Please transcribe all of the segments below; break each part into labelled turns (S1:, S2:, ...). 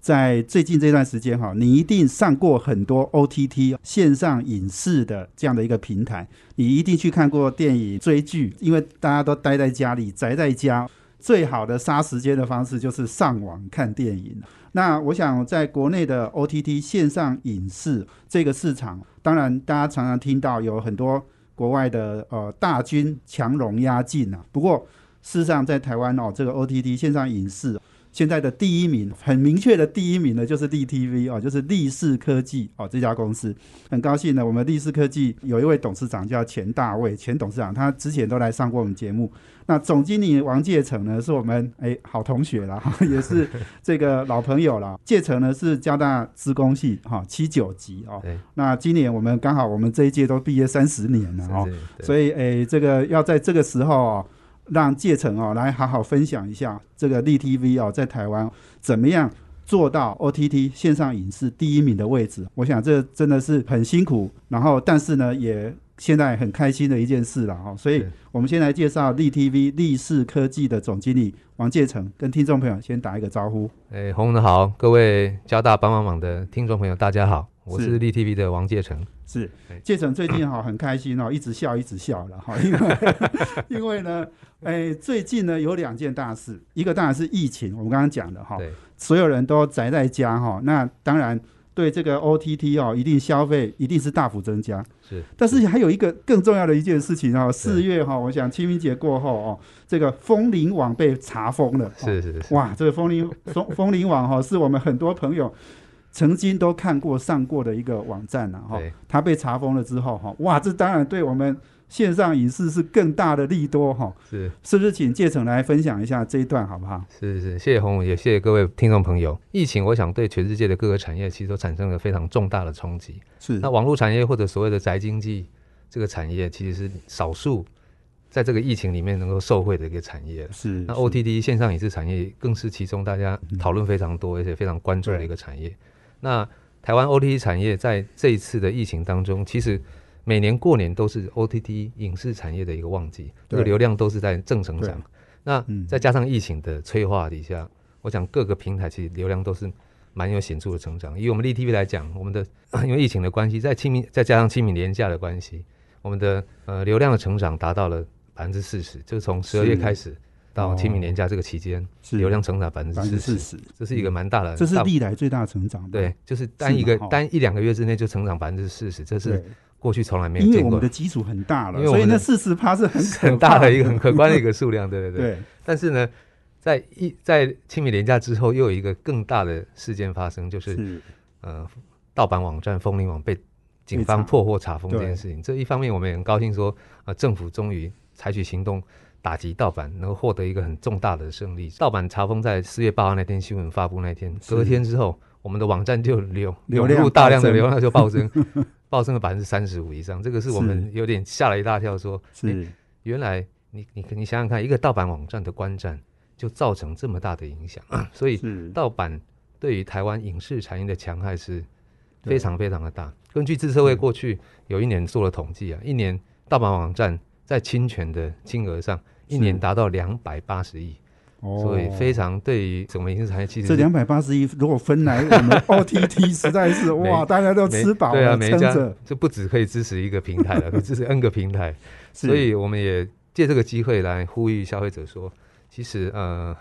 S1: 在最近这段时间哈，你一定上过很多 OTT 线上影视的这样的一个平台，你一定去看过电影、追剧，因为大家都待在家里，宅在家，最好的杀时间的方式就是上网看电影。那我想，在国内的 OTT 线上影视这个市场，当然大家常常听到有很多。国外的呃大军强龙压境啊，不过事实上在台湾哦，这个 OTT 线上影视现在的第一名，很明确的第一名呢就是立 t v 哦，就是立视科技哦这家公司。很高兴呢，我们立视科技有一位董事长叫钱大卫，钱董事长他之前都来上过我们节目。那总经理王介成呢，是我们哎好同学啦， 哈也是这个老朋友啦。介成呢是交大资工系哈七九级哦
S2: 对，
S1: 那今年我们刚好我们这一届都毕业三十年了哦，所
S2: 以
S1: 以诶，这个要在这个时候、哦、让介成哦来好好分享一下这个立 TV 哦在台湾怎么样做到 OTT 线上影视第一名的位置。我想这真的是很辛苦，然后但是呢也。现在很开心的一件事了哈、哦，所以
S2: 是
S1: 我们先来介绍立 TV 立视科技的总经理王介成，跟听众朋友先打一个招呼。
S2: 哎，洪文好，各位交大帮帮忙的听众朋友，大家好，我
S1: 是
S2: 是立 TV 的王介成。
S1: 是
S2: 对，
S1: 介成最近哈、很开心哦，一直笑一直笑了 哈、因为因为呢，哎，最近呢有两件大事，一个当然是疫情，我们刚刚讲的哈、
S2: 对
S1: 所有人都宅在家哈、那当然对这个 OTT 哦，一定消费一定是大幅增加，
S2: 是，
S1: 但是还有一个更重要的一件事情哦，四月哈、我想清明节过后哦，这个风铃网被查封了，哦
S2: 是是是，
S1: 哇，这个风 铃风风铃网哈、是我们很多朋友曾经都看过上过的一个网站了、啊哈、
S2: 对
S1: 它被查封了之后哈、哇，这当然对我们线上影视是更大的利多哈、
S2: 是
S1: 是不是？请介成来分享一下这一段好不好？
S2: 是是，谢谢洪文，也谢谢各位听众朋友。疫情，我想对全世界的各个产业其实都产生了非常重大的冲击。
S1: 是
S2: 那网络产业或者所谓的宅经济这个产业，其实是少数在这个疫情里面能够受惠的一个产业。
S1: 是
S2: 那
S1: 是
S2: OTT 线上影视产业更是其中大家讨论非常
S1: 嗯
S2: 多，而且非常关注的一个产业。那台湾 OTT 产业在这一次的疫情当中，其实每年过年都是 OTT 影视产业的一个旺季，这个
S1: 对
S2: 流量都是在正成长
S1: 对。
S2: 那
S1: 嗯
S2: 再加上疫情的催化底下，我想各个平台其实流量都是蛮有显著的成长。以我们立 TV 来讲，我们的 因为疫情的关系，在清明再加上清明廉价的关系，我们的呃流量的成长达到了百分之四十，就是从十二月
S1: 是
S2: 开始到清明廉价这个期间，
S1: 是
S2: 流量成长百分
S1: 哦百分
S2: 之
S1: 之
S2: 四
S1: 四
S2: 十，
S1: 十，
S2: 这是一个蛮大的，
S1: 这是
S2: 大
S1: 历来最大的成长吧。
S2: 对，就是单一
S1: 是
S2: 个
S1: 嘛哦
S2: 单一两个月之内就成长百分之四十，这是
S1: 对，
S2: 过去从来没有
S1: 因为
S2: 见
S1: 我
S2: 过
S1: 们的基础很大了，
S2: 因为我
S1: 所以
S2: 们
S1: 那
S2: 的
S1: 四十趴是很可
S2: 很大
S1: 怕
S2: 的一个很可观的一个数量，对对对。
S1: 对
S2: 但是呢，在一在清明廉假之后，又有一个更大的事件发生，就是
S1: 是
S2: 呃盗版网站风铃网被警
S1: 被
S2: 方
S1: 查
S2: 破获查封
S1: 对
S2: 这件事情。这一方面我们也很高兴说，呃，政府终于采取行动打击盗版，能够获得一个很重大的胜利。盗版查封在四月八号那天新闻发布那天，
S1: 是
S2: 隔天之后，我们的网站就流
S1: 流
S2: 涌
S1: 量
S2: 入大量的
S1: 暴增
S2: 流量就暴增， 暴增了百分之三十五以上。这个是我们有点吓了一大跳说，
S1: 是
S2: 原来你你你想想看，一个盗版网站的观战就造成这么大的影响， 所以
S1: 是
S2: 盗版对于台湾影视产业的强害是
S1: 对
S2: 非常非常的大。根据自社会过去有一年做了统计啊，一年盗版网站在侵权的金额上，一
S1: 是
S2: 年达到两百八十亿，
S1: 哦，
S2: 所以非常对于整个影视产业其实
S1: 这
S2: 是
S1: 两百八十一如果分来我们 OTT 实在是
S2: 每
S1: 哇，大家都
S2: 每
S1: 吃饱
S2: 对啊，
S1: 了，
S2: 每
S1: 撑
S2: 一家
S1: 着，
S2: 这不止可以支持一个平台了，可以支持 N 个平台。
S1: 是
S2: 所以我们也借这个机会来呼吁消费者说，其实呃，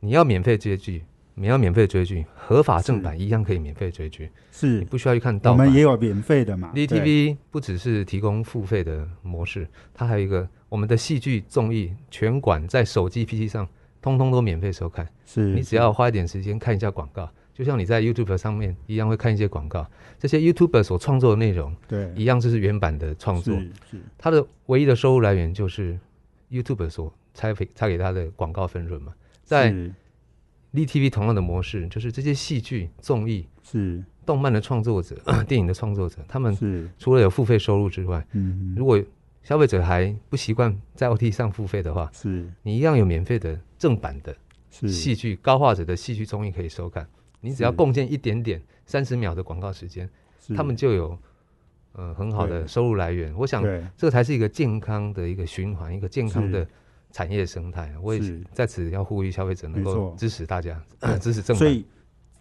S2: 你要免费追剧，你要免费追剧，合法正版一样可以免费追剧，你
S1: 是
S2: 不需要去看
S1: 我
S2: 盗版
S1: 们。也有免费的嘛
S2: d t
S1: 对
S2: v 不只是提供付费的模式，它还有一个我们的戏剧综艺全馆在手机 PC 上通通都免费收看，
S1: 是
S2: 你只要花一点时间看一下广告，就像你在 YouTube 上面一样会看一些广告，这些 YouTube 所创作的内容
S1: 对
S2: 一样就是原版的创作，
S1: 是是
S2: 他的唯一的收入来源就是 YouTube 所拆给拆给他的广告分润嘛。在
S1: 是
S2: l ，VTV 同样的模式，就是这些戏剧、综艺、
S1: 是
S2: 动漫的创作者、 电影的创作者，他们
S1: 是，
S2: 除了有付费收入之外，
S1: 嗯哼，
S2: 嗯如果消费者还不习惯在 OT 上付费的话，
S1: 是
S2: 你一样有免费的正版的
S1: 是
S2: 戏剧高画质的戏剧综艺可以收看。你只要
S1: 是
S2: 贡献一点点三十秒的广告时间，
S1: 是
S2: 他们就有呃很好的
S1: 嗯对
S2: 收入来源。我想
S1: 对
S2: 这才是一个健康的一个循环，一个健康的
S1: 是
S2: 产业生态。啊我也
S1: 是
S2: 在此要呼吁消费者能
S1: 没
S2: 够
S1: 错
S2: 支持 大家
S1: 对，
S2: 支持政府
S1: 所。以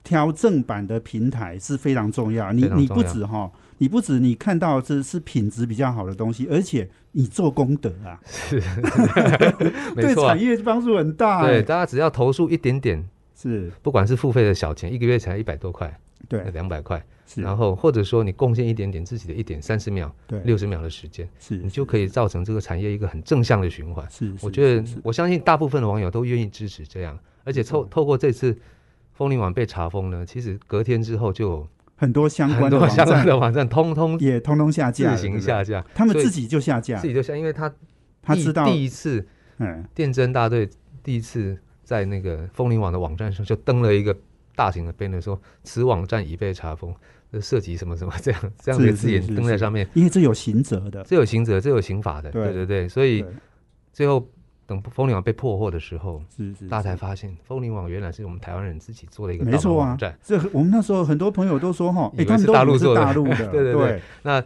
S1: 挑正版的平台是非常重要。你
S2: 非常
S1: 你
S2: 重
S1: 不
S2: 要
S1: 止哈，你不止你看到这是品质比较好的东西，而且你做功德啊，
S2: 没
S1: 对
S2: 错啊
S1: 产，业帮助很大欸。
S2: 对大家只要投入一点点，
S1: 是，
S2: 不管是付费的小钱，一个月才一百多块、
S1: 对，
S2: 两百块，
S1: 是，
S2: 然后或者说你贡献一点点自己的一点三十秒、
S1: 对，
S2: 六十秒的时间，
S1: 是
S2: 你就可以造成这个产业一个很正向的循环。
S1: 是，
S2: 我
S1: 是
S2: 觉
S1: 是
S2: 得
S1: 是
S2: 我相信大部分的网友都愿意支持这样，而且透透过这次风铃网被查封呢，其实隔天之后就有
S1: 很多相
S2: 很
S1: 关的
S2: 多
S1: 网
S2: 相关
S1: 站
S2: 的网站通通
S1: 也通通下架
S2: 自
S1: 了，
S2: 行
S1: 对不对
S2: 下架，
S1: 他们
S2: 所以
S1: 自己就下架
S2: 自，己就下，因为他
S1: 他
S2: 第
S1: 知道，
S2: 第一次
S1: 嗯，
S2: 电侦大队第一次在那个风铃网的网站上就登了一个大型的 banner，说此网站已被查封，这涉及什么什么这样这样的
S1: 是
S2: 字
S1: 是
S2: 眼
S1: 是
S2: 登在上面，
S1: 因为这有刑责的，
S2: 这有刑责，这有刑法的，
S1: 对
S2: 对对对，所以
S1: 对
S2: 最后等风铃网被破获的时候，
S1: 是是，
S2: 大家
S1: 是
S2: 才发现风铃网原来是我们台湾人自己做的一个
S1: 没
S2: 盗版
S1: 错啊
S2: 网站，
S1: 这我们那时候很多朋友都说 哈，
S2: 以
S1: 哎，
S2: 为
S1: 他们
S2: 是
S1: 都
S2: 大
S1: 以为
S2: 陆
S1: 是
S2: 做的
S1: 大陆的，
S2: 对对对那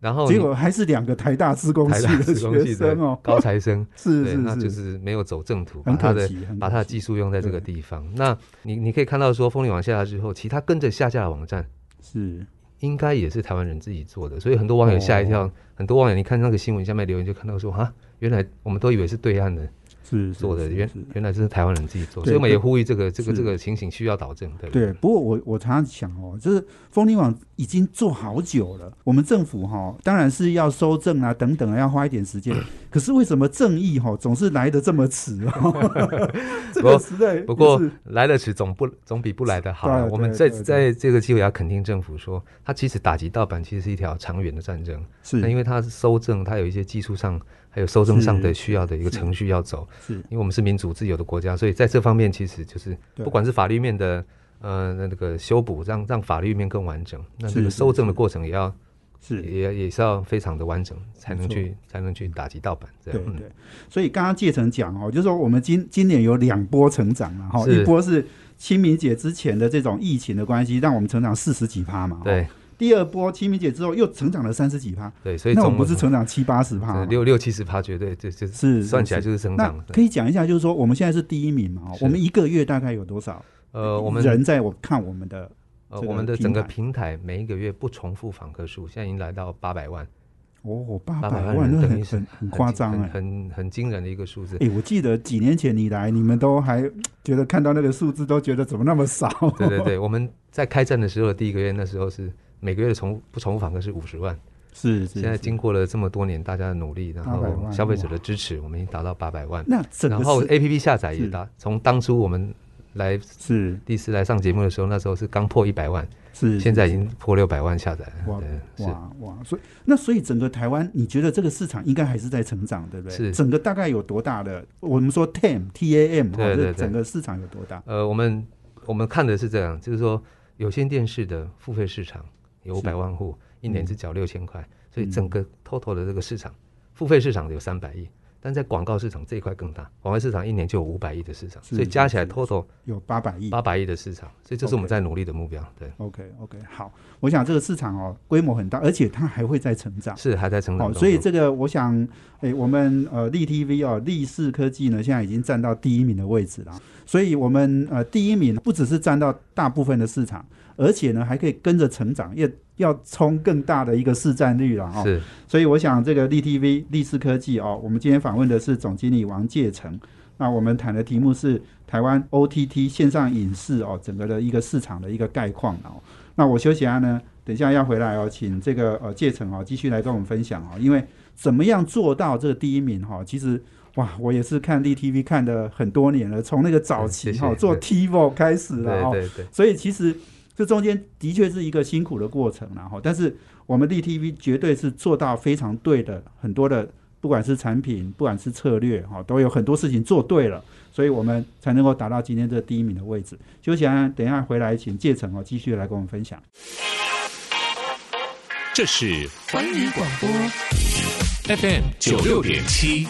S2: 然后
S1: 结
S2: 你
S1: 果还是两个台大自工
S2: 台
S1: 系
S2: 大
S1: 的
S2: 自工
S1: 学
S2: 系的
S1: 生哦，
S2: 高材生，
S1: 是
S2: 对，
S1: 是
S2: 那
S1: 是，
S2: 就是没有走正途，把
S1: 很
S2: 他
S1: 可
S2: 的
S1: 惜，很
S2: 把
S1: 可
S2: 它的
S1: 惜
S2: 技术用在这个
S1: 对
S2: 地方。那你你可以看到说，风力网下架之后，其他跟着下架的网站
S1: 是
S2: 应该也是台湾人自己做的，所以很多网友吓一
S1: 哦
S2: 跳，很多网友你看那个新闻下面留言就看到说啊，原来我们都以为是对岸的
S1: 是是
S2: 做的，
S1: 是
S2: 原
S1: 是
S2: 原来是台湾人自己做，
S1: 对
S2: 所以我们也呼吁这个这个
S1: 是
S2: 这个情形需要导正，对不对？
S1: 对，不过我我常常想哦，就是风铃网已经做好久了，我们政府哈、当然是要收证啊等等啊，要花一点时 间。可是为什么正义哈、总是来的这么迟 哦？这个
S2: 不
S1: 时代
S2: 不过
S1: 就是
S2: 来得迟总不总比不来的好
S1: 对
S2: 啊。
S1: 对
S2: 我们在
S1: 对对
S2: 在这个机会也要肯定政府说，它其实打击盗版其实是一条长远的战争。那因
S1: 是
S2: 为它是搜证，它有一些技术上还有搜证上的
S1: 是
S2: 需要的一个
S1: 是
S2: 程序要走。
S1: 是
S2: 因为我们是民主自由的国家，所以在这方面其实就是
S1: 对
S2: 不管是法律面的呃那个修补，让让法律面更完整，那这
S1: 是
S2: 个
S1: 是
S2: 搜证的
S1: 是
S2: 过程也要
S1: 是，
S2: 也要也是要非常的完整，才能
S1: 没错
S2: 去才能去打击盗版这
S1: 对
S2: 样。嗯
S1: 对。所以刚刚介成讲哦，就是说我们今今年有两波成长啊嘛，哈、
S2: 是
S1: 一波是清明节之前的这种疫情的关系，让我们成长四十几趴嘛，齁
S2: 对
S1: 第二波清明节之后又成长了三十几趴，
S2: 对，所以
S1: 那我
S2: 总
S1: 们不是啊成长七八十趴
S2: 呃
S1: 吗？
S2: 六六七十趴，绝对这这
S1: 是
S2: 算起来
S1: 是
S2: 就是成
S1: 那
S2: 长。
S1: 可以讲一下，就是说我们现在是第一名嘛，哦
S2: 是
S1: 我们一个月大概有多少
S2: 呃，我们
S1: 人在我看我们的这
S2: 呃
S1: 个
S2: 我们的
S1: 平
S2: 整个
S1: 台
S2: 平台每一个月不重复访客数，现在已经来到八百万，
S1: 哦八
S2: 800
S1: 百
S2: 万
S1: 万，
S2: 人
S1: 那
S2: 等
S1: 很
S2: 于是
S1: 很很夸张
S2: 很
S1: 哎。
S2: 很很惊人的一个数字。
S1: 哎，我记得几年前你来，你们都还觉得看到那个数字都觉得怎么那么少？
S2: 对对对，我们在开战的时候，第一个月那时候是每个月的重复不重复访客是五十万，
S1: 是是
S2: 现在
S1: 是
S2: 经过了这么多年大家的努力，然
S1: 800
S2: 后
S1: 万
S2: 消费者的支持，我们已经达到八百万，
S1: 那整
S2: 然
S1: 个
S2: 后
S1: 是
S2: A P P 下载也
S1: 是
S2: 达，从当初我们来
S1: 是
S2: 第一次来上节目的时候，那时候是刚破一百万，
S1: 是
S2: 现在已经破六百万下载
S1: 哇
S2: 了，对，是。
S1: 哇哇，所以那所以整个台湾，你觉得这个市场应该还是在成长，对不对？
S2: 是
S1: 整个大概有多大的？我们说 TAM T A M 哦
S2: 对对对
S1: 整个市场有多大？
S2: 呃，我们我们看的是这样，就是说有线电视的付费市场有五百万户，一年只缴六千
S1: 嗯
S2: 块，所以整个 total 的这个市场，付费市场有三百亿，但在广告市场这一块更大，广告市场一年就有五百亿的市场，
S1: 是
S2: 所以加起来
S1: 是是
S2: total
S1: 有八百亿。
S2: 八百亿的市场，所以这是我们
S1: OK
S2: 在努力的目标。对，
S1: OK OK，好，我想这个市场哦规模很大，而且它还会再成长。
S2: 是还在成长
S1: 好、
S2: 当中。
S1: 所以这个我想，诶，我们呃力 TV 哦，力视科技呢，现在已经占到第一名的位置了。所以我们呃第一名不只是占到大部分的市场，而且呢还可以跟着成长，也要冲更大的一个市占率了哦。
S2: 是
S1: 所以我想这个力 TV 力视科技哦，我们今天访问的是总经理王介成。那我们谈的题目是台湾 OTT 线上影视哦，整个的一个市场的一个概况哦。那我休息啊呢，等一下要回来哦，请这个呃介成哦继续来跟我们分享哦，因为怎么样做到这个第一名哈、哦？其实哇，我也是看力 TV 看了很多年了，从那个早期
S2: 嗯谢
S1: 哈、
S2: 谢
S1: 哦、做 TiVo 开始了哦
S2: 对，对对，
S1: 所以其实这中间的确是一个辛苦的过程啦，然后但是我们 DTV 绝对是做到非常对的，很多的不管是产品，不管是策略，哈、都有很多事情做对了，所以我们才能够达到今天这第一名的位置。休息啊，等一下回来，请介成哦继续来跟我们分享。
S3: 这是
S4: 环宇广播
S3: FM 九六点七，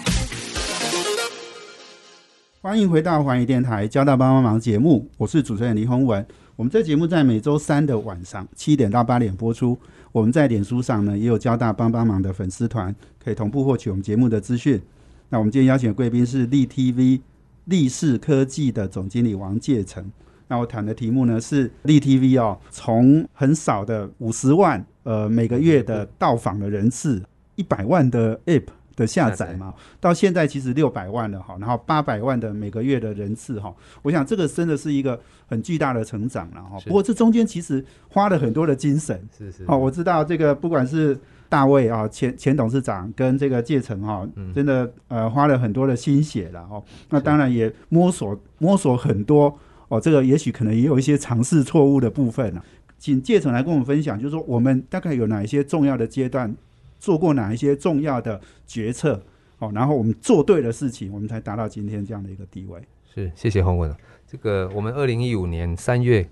S1: 欢迎回到环宇电台《交大帮帮忙》节目，我是主持人林宏文。我们这节目在每周三的晚上七点到八点播出。我们在脸书上呢也有交大帮帮忙的粉丝团，可以同步获取我们节目的资讯。那我们今天邀请的贵宾是力 TV 力视科技的总经理王介成。那我谈的题目呢是力 TV 哦，从很少的五十万呃每个月的到访的人次，一百万的 App 的下载嘛，到现在其实六百万了哈，然后八百万的每个月的人次哈，我想这个真的是一个很巨大的成长了哈。
S2: 是
S1: 不过这中间其实花了很多的精神，
S2: 是是
S1: 哦，我知道这个不管是大卫啊、前前董事长跟这个介成哈、
S2: 嗯
S1: 真的呃花了很多的心血了哦。那当然也摸索摸索很多哦，这个也许可能也有一些尝试错误的部分啊。请介成来跟我们分享，就是说我们大概有哪一些重要的阶段，做过哪一些重要的决策哦，然后我们做对的事情，我们才达到今天这样的一个地位。
S2: 是，谢谢洪文啊。这个我们二零一五年三月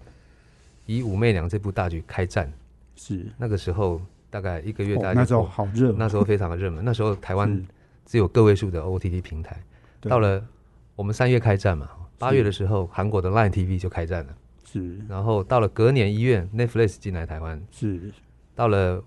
S2: 以《武媚娘》这部大剧开战，
S1: 是，
S2: 那个时候大概一个月
S1: 哦
S2: 大、概、
S1: 那时候好热，
S2: 那时候非常的热门，那时候台湾
S1: 是
S2: 只有个位数的 OTT 平台。
S1: 对
S2: 到了我们三月开战嘛，八
S1: 是
S2: 月的时候韩国的 Line TV 就开战了，
S1: 是
S2: 然后到了隔年一月 Netflix 进来台湾，
S1: 是
S2: 到了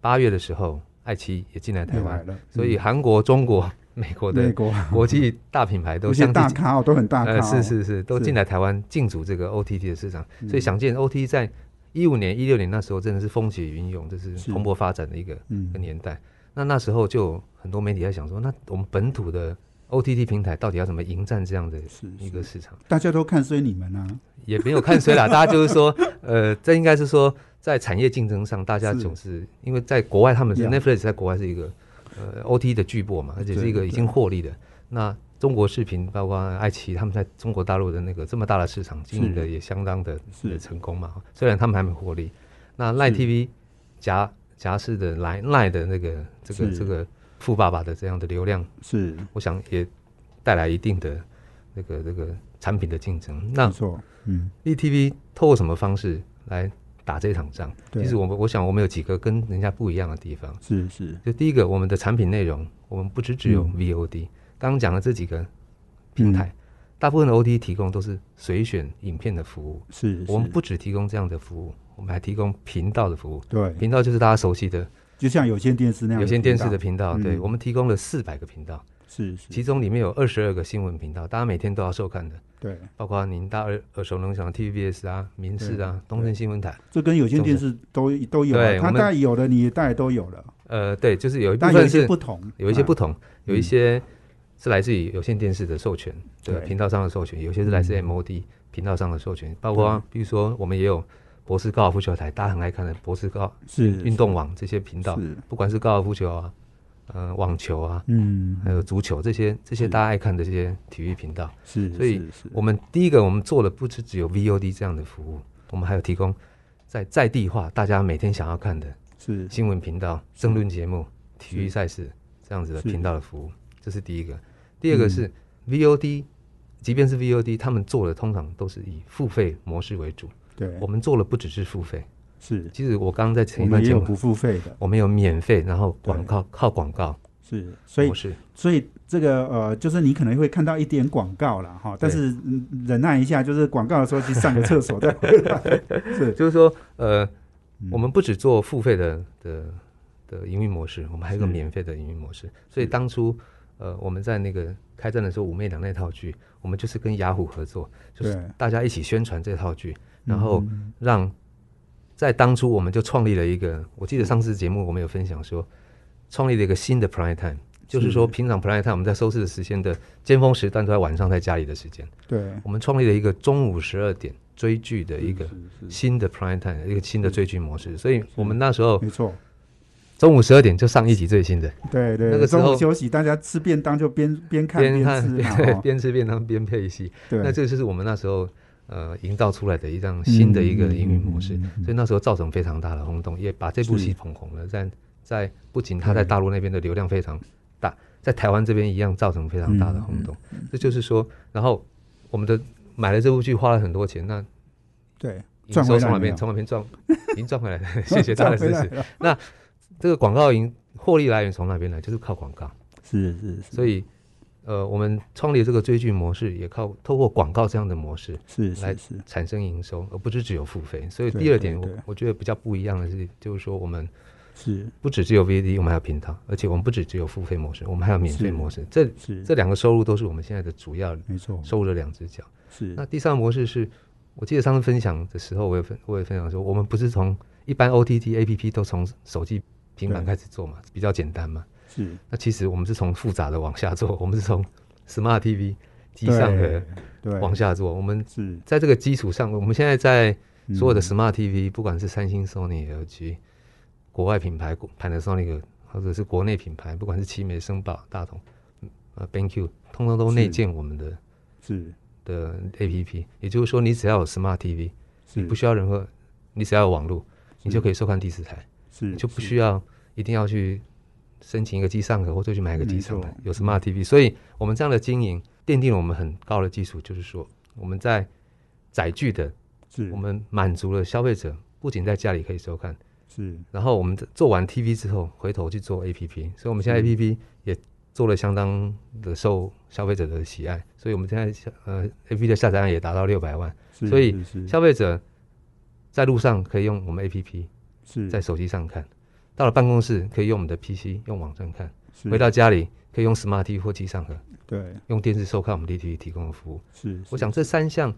S2: 八月的时候爱奇艺也进来台
S1: 又来
S2: 湾，
S1: 了，
S2: 所以韩国、中国、 美国
S1: 我嗯美
S2: 的
S1: 国
S2: 国际大品牌都
S1: 有些
S2: 相继
S1: 大咖哦，都很大咖、哦
S2: 呃，是是是，都
S1: 是
S2: 进来台湾进驻这个 OTT 的市场，所以
S1: 嗯
S2: 想见 OTT 在一五年、一六年那时候真的是风起云涌，这是
S1: 是
S2: 蓬勃发展的一个
S1: 嗯
S2: 一个年代。那那时候就有很多媒体在想说，那我们本土的 OTT 平台到底要怎么迎战这样的
S1: 是
S2: 一个市场？
S1: 大家都看衰你们啊，
S2: 也没有看 衰啦，大家就是说，呃，这应该是说在产业竞争上，大家
S1: 是
S2: 总是因为在国外他们是
S1: Yeah
S2: Netflix 在国外是一个呃 OT 的巨擘嘛，而且是一个
S1: 对
S2: 已经获利的。那中国视频包括爱奇艺，他们在中国大陆的那个这么大的市场经营的也相当的
S1: 是
S2: 的成功嘛，虽然他们还没获利。那 Line TV 夹夹式的来 Line 的那个这个
S1: 是
S2: 这个富爸爸的这样的流量，
S1: 是
S2: 我想也带来一定的那个这个产品的竞争。那
S1: 没错，嗯，
S2: ETV 透过什么方式来打这场仗？
S1: 对
S2: 其实我们我想我们有几个跟人家不一样的地方。
S1: 是是
S2: 就第一个，我们的产品内容，我们不只只有
S1: 嗯
S2: VOD，、刚刚讲的这几个平台，大部分的 OT 提供都是随选影片的服务。
S1: 是，
S2: 我们
S1: 是
S2: 不只提供这样的服务，我们还提供频道的服务。
S1: 对，
S2: 频道就是大家熟悉的
S1: 就像有线电视那样，
S2: 有线电视的，频道，对
S1: 嗯
S2: 我们提供了四百个频道，
S1: 是是，
S2: 其中里面有二十二个新闻频道，大家每天都要收看的，
S1: 对，
S2: 包括您大家耳耳熟能详的 TVBS 啊、民视啊、东森新闻台。
S1: 这跟有线电视都都有啊，
S2: 对
S1: 它
S2: 我们
S1: 大概有的，你大概都有了，
S2: 呃，对，就是有一部
S1: 但有一
S2: 分
S1: 些
S2: 是
S1: 不同，
S2: 有一些不
S1: 啊，
S2: 同，有一些是来自于有线电视的授权，对
S1: 对嗯
S2: 频道上的授权，有些是来自 MOD 频道上的授权，包括比如说我们也有博士高尔夫球台，大家很爱看的博士高
S1: 是
S2: 运动网这些频道，
S1: 是，
S2: 不管是高尔夫球啊，呃，网球啊。
S1: 嗯，
S2: 还有足球这些，这些
S1: 是
S2: 大家爱看的这些体育频道，
S1: 是，
S2: 所以
S1: 是是
S2: 我们第一个我们做的不是只有 VOD 这样的服务，我们还有提供在在地化大家每天想要看的
S1: 是
S2: 新闻频道、争论节目、体育赛事这样子的
S1: 是嗯
S2: 频道的服务，这是第一个。第二个是 VOD，、即便是 VOD，他们做的通常都是以付费模式为主。
S1: 对
S2: 我，们做的不只是付费，
S1: 是，
S2: 其实我刚刚在
S1: 我
S2: 前一
S1: 们
S2: 段
S1: 也
S2: 节
S1: 有
S2: 目，
S1: 不付费的，
S2: 我们有免费，然后广告靠广告
S1: 是，所以
S2: 模式，
S1: 所以这个呃，就是你可能会看到一点广告啦，哈，但
S2: 对
S1: 是嗯忍耐一下，就是广告的时候去上个厕 所再回来，是
S2: 就是说，呃，
S1: 嗯
S2: 我们不只做付费的的的营运模式，我们还有一个
S1: 是
S2: 免费的营运模式。所以当初呃我们在那个开战的时候，《武媚娘》那套剧，我们就是跟雅虎合作，就是
S1: 对
S2: 大家一起宣传这套剧， 然后
S1: 嗯
S2: 让在当初我们就创立了一个，我记得上次节目我们有分享说，创立了一个新的 prime time。就是说，平常 prime time 我们在收视的时间的尖峰时段都在晚上在家里的时间，
S1: 对
S2: 我们创立了一个中午十二点追剧的一个
S1: 是是
S2: 新的 prime time，一个新的追剧模
S1: 嗯
S2: 式。所以我们那时候
S1: 没错，
S2: 中午十二点就上一集最新的，
S1: 对对，
S2: 那个时候
S1: 中午休息，大家吃便当就边边看
S2: 边
S1: 边吃嘛，
S2: 看
S1: 哈
S2: 边吃便当边配戏。
S1: 对，
S2: 那这个就是我们那时候呃营造出来的一张新的一个营运模式
S1: 嗯嗯嗯嗯嗯，
S2: 所以那时候造成非常大的轰动，也把这部
S1: 是
S2: 戏捧红了。在在不仅它在大陆那边的流量非常大，在台湾这边一样造成非常大的轰动。
S1: 嗯
S2: 这就是说，然后我们的买了这部剧花了很多钱，那
S1: 对，
S2: 营
S1: 赚回
S2: 收从
S1: 来
S2: 来
S1: 没
S2: 没
S1: 有？
S2: 从来没赚，已经赚回 来了， 谢谢大家
S1: 赚
S2: 的
S1: 回
S2: 支
S1: 来
S2: 持。
S1: 了
S2: 这个广告营获利来源从哪边来？就是靠广告。
S1: 是是是，
S2: 所以，呃，我们创立这个追剧模式，也靠透过广告这样的模式
S1: 是
S2: 来
S1: 是是，
S2: 产生营收，而不是只有付费。所以
S1: 对
S2: 第二点，
S1: 对
S2: 我
S1: 对
S2: 我觉得比较不一样的是，就是说我们
S1: 是
S2: 不只只有 VD，我们还有频道，而且我们不只只有付费模式，我们还有免费
S1: 是
S2: 模式。这
S1: 是，
S2: 这两个收入都是我们现在的主要
S1: 没错，
S2: 收入的两只脚。
S1: 是
S2: 那第三个模式是，我记得上次分享的时候，我也分我也分享说，我们不是从一般 OTT APP 都从手机、平板
S1: 对
S2: 开始做嘛，比较简单嘛。
S1: 是
S2: 那其实我们是从复杂的往下做，我们是从 Smart TV 机上的
S1: 对
S2: 往下做。我们
S1: 是
S2: 在这个基础上，我们现在在所有的
S1: 嗯
S2: Smart TV，、不管是三星、Sony、LG，国外品牌 Panasonic，或者是国内品牌，不管是奇美、声宝、大同、嗯呃 BenQ，通通都
S1: 是
S2: 内建我们的
S1: 是
S2: 的 APP。也就是说，你只要有 Smart TV，
S1: 是
S2: 不需要任何，你只要有网络，你
S1: 是
S2: 就可以收看第四台。
S1: 是
S2: 你嗯就不
S1: 是
S2: 需要一定要去申请一个机上盒或者去买一个机上
S1: 没
S2: 盒
S1: 错，
S2: 有 Smart TV。所以我们这样的经营奠定了我们很高的基础，就是说我们在载具的，
S1: 是
S2: 我们满足了消费者，不仅在家里可以收看，
S1: 是
S2: 然后我们做完 TV 之后，回头去做 APP，所以我们现在
S1: 嗯
S2: APP 也做了相当的受消费者的喜爱，所以我们现在下呃 APP 的下载量也达到六百万，
S1: 是
S2: 所以
S1: 是
S2: 消费者在路上可以用我们 APP，
S1: 是
S2: 在手机上看，到了办公室可以用我们的 PC 用网站看，
S1: 是
S2: 回到家里可以用 Smart TV 或机上盒，
S1: 对
S2: 用电视收看我们 DTV 提供的服务。
S1: 是
S2: 我
S1: 是
S2: 想这三项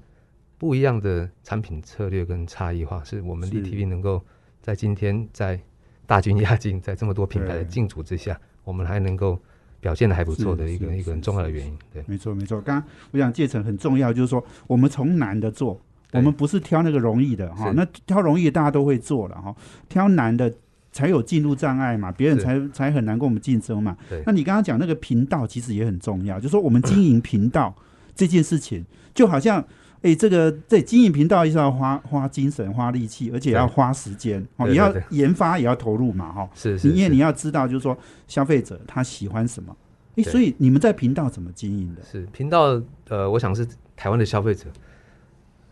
S2: 不一样的产品策略跟差异化，是我们
S1: 是
S2: DTV 能够在今天在大军压境，在这么多品牌的
S1: 对
S2: 竞逐之下，我们还能够表现的还不错
S1: 是
S2: 的一个
S1: 是
S2: 一个很
S1: 是
S2: 重要的
S1: 是
S2: 原因。对，
S1: 没错没错，刚刚我想介成很重要，就是说我们从难的做，
S2: 对
S1: 我们不是挑那个容易的哈
S2: 是，
S1: 那挑容易大家都会做了哈，挑难的。才有进入障碍嘛，别人
S2: 是
S1: 才才很难跟我们竞争嘛
S2: 对。
S1: 那你刚刚讲那个频道其实也很重要，就说我们经营频道这件事情，就好像诶，这个对经营频道也是要花花精神、花力气，而且要
S2: 对
S1: 花时间哦，
S2: 对
S1: 也要
S2: 对
S1: 研发，也要投入嘛哈。
S2: 是是
S1: 你因为
S2: 是
S1: 你要知道，就是说消费者他喜欢什么，诶，
S2: 对
S1: 所以你们在频道怎么经营的？
S2: 是频道，呃，我想是台湾的消费者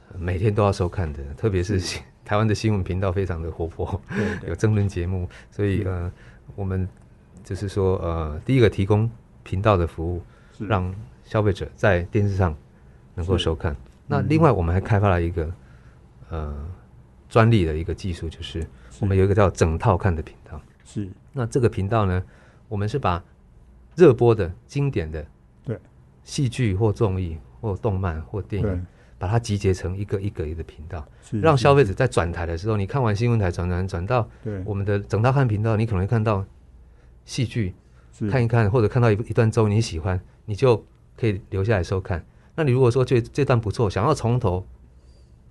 S2: 呃每天都要收看的，特别是新 台湾的新闻频道非常的活泼，
S1: 对对嗯
S2: 有争论节目，所以呃，我们就是说呃，第一个提供频道的服务，
S1: 是
S2: 让消费者在电视上能够
S1: 是嗯
S2: 收看。那另外我们还开发了一个呃专利的一个技术，就是我们有一个叫整套看的频道。
S1: 是
S2: 那这个频道呢，我们是把热播的经典的
S1: 对
S2: 戏剧或综艺或动漫或电
S1: 对
S2: 影，把它集结成一个一个一个频道，
S1: 是
S2: 让
S1: 是
S2: 消费者在转台的时候，你看完新闻台转转转到
S1: 对
S2: 我们的整套看频道，你可能会看到戏剧，
S1: 是
S2: 看一看或者看到一一段综艺你喜欢，你就可以留下来收看。那你如果说这这段不错，想要从头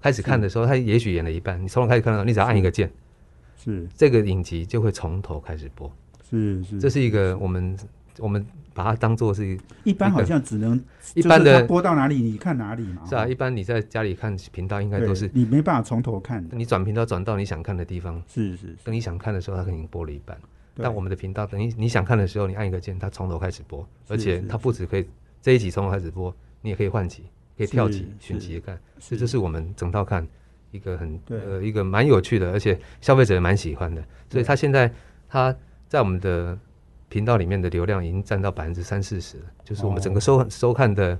S2: 开始看的时候，他也许演了一半，你从头开始看到，你只要按一个键，
S1: 是
S2: 这个影集就会从头开始播。
S1: 是是，
S2: 这是一个我们我们把它当做是
S1: 一般
S2: 一个
S1: 好像只能
S2: 一
S1: 就是
S2: 般
S1: 它
S2: 的，
S1: 播到哪里你看哪里嘛，
S2: 是啊，
S1: 哈
S2: 一般你在家里看频道应该
S1: 哦对
S2: 都是嗯
S1: 你没办法从头看的，
S2: 你转频道转到你想看的地方，
S1: 是是，
S2: 等你想看的时候它可能已经播了一半。
S1: 对
S2: 但我们的频道等你你想看的时候，你按一个键，它从头开始播，
S1: 是
S2: 而且
S1: 是
S2: 它不止可以这一集从头开始播，你也可以换集，可以跳集
S1: 是
S2: 选集
S1: 是
S2: 看，这就是我们整套看一个很
S1: 对
S2: 呃一个蛮有趣的，而且消费者也蛮喜欢的。所
S1: 对
S2: 以它现在它在我们的频道里面的流量已经占到百分之三四十了，就是我们整个收、收看的